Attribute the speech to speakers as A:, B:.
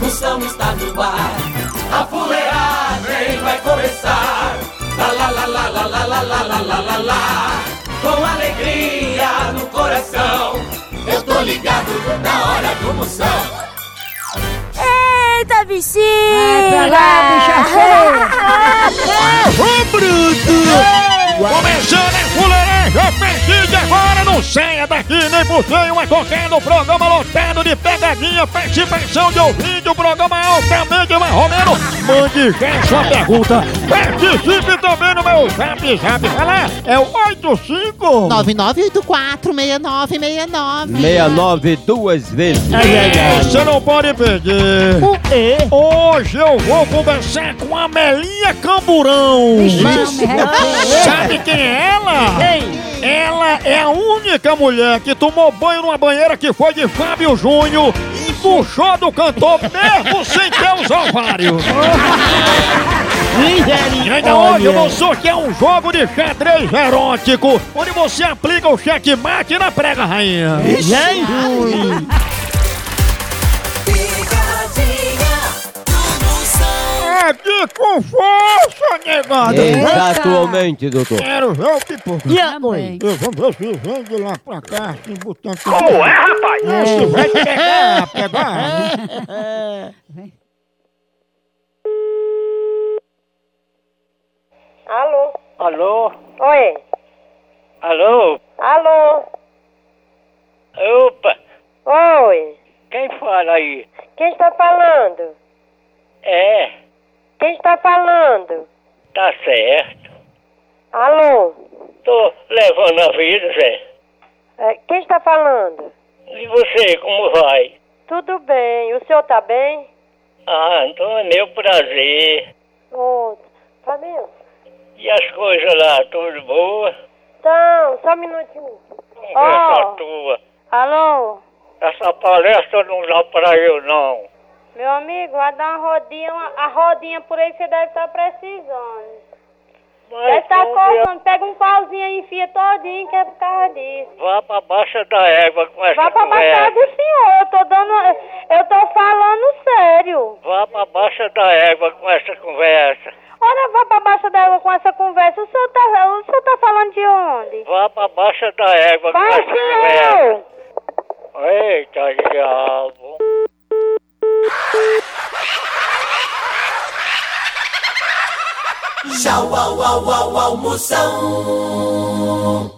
A: Moção está no ar, a fuleagem vai começar. Lá lá lá lá lá lá lá lá lá lá lá lá, com alegria no coração, eu tô ligado na hora do Moção.
B: Eita, bichinho!
C: Vai lá, bicha feia!
D: Ô, bruto! Começando em fuleiragem, a partir de agora não saia daqui nem por feio, é qualquer do programa lotado de pegadinha, participação de ouvinte, o programa é altamente marromeno. Mande já sua pergunta, participe também no meu zap zap, vai lá, é o 85...
E: 99846969.
C: 69 duas vezes.
D: Você não pode perder.
C: O quê?
D: Hoje eu vou conversar com a Melinha Camburão. Sabe quem é ela? Ela é a única mulher que tomou banho numa banheira que foi de Fábio Júnior e puxou do cantor mesmo sem ter os ovários. E ainda hoje eu vou sortear um jogo de xadrez erótico, onde você aplica o checkmate na prega rainha.
A: Picadinha do Moção.
D: É de com força, negado.
C: Exatamente, doutor.
D: Quero ver o que pô.
C: E a mãe?
D: Eu vou ver se vem de lá pra cá, se botando... Como é, rapaz? se vai pegar, pegar.
F: Alô?
G: Alô?
F: Oi?
G: Alô?
F: Alô?
G: Opa!
F: Oi?
G: Quem fala aí?
F: Quem está falando?
G: É,
F: Quem está falando?
G: tá certo.
F: Alô?
G: Tô levando a vida, Zé.
F: É, quem está falando?
G: E você, como vai?
F: Tudo bem. O senhor está bem?
G: Ah, então é meu prazer.
F: Ô, Fabinho?
G: E as coisas lá, tudo boa?
F: Então, só um minutinho.
G: É, Conversa
F: Ah.
G: tua.
F: Alô?
G: Essa palestra não dá pra eu, não.
F: Meu amigo, vai dar uma rodinha, uma- a rodinha por aí que você deve estar precisando. Deve
G: Mas
F: estar
G: não
F: cortando. Pega um pauzinho e enfia todinho que é por causa disso.
G: Vá pra baixa da égua com essa
F: Vá pra baixada
G: conversa.
F: do senhor, eu tô dando. Eu tô falando sério.
G: Vá pra baixa da égua com essa conversa.
F: Ora, vá pra baixo d'água com essa conversa. O senhor tá, o senhor tá falando de onde?
G: Vá pra baixa da égua com
F: Vai,
G: essa conversa.
F: senhor!
G: Eita, diabo.
A: Tchau, au, au, au, au, Moção.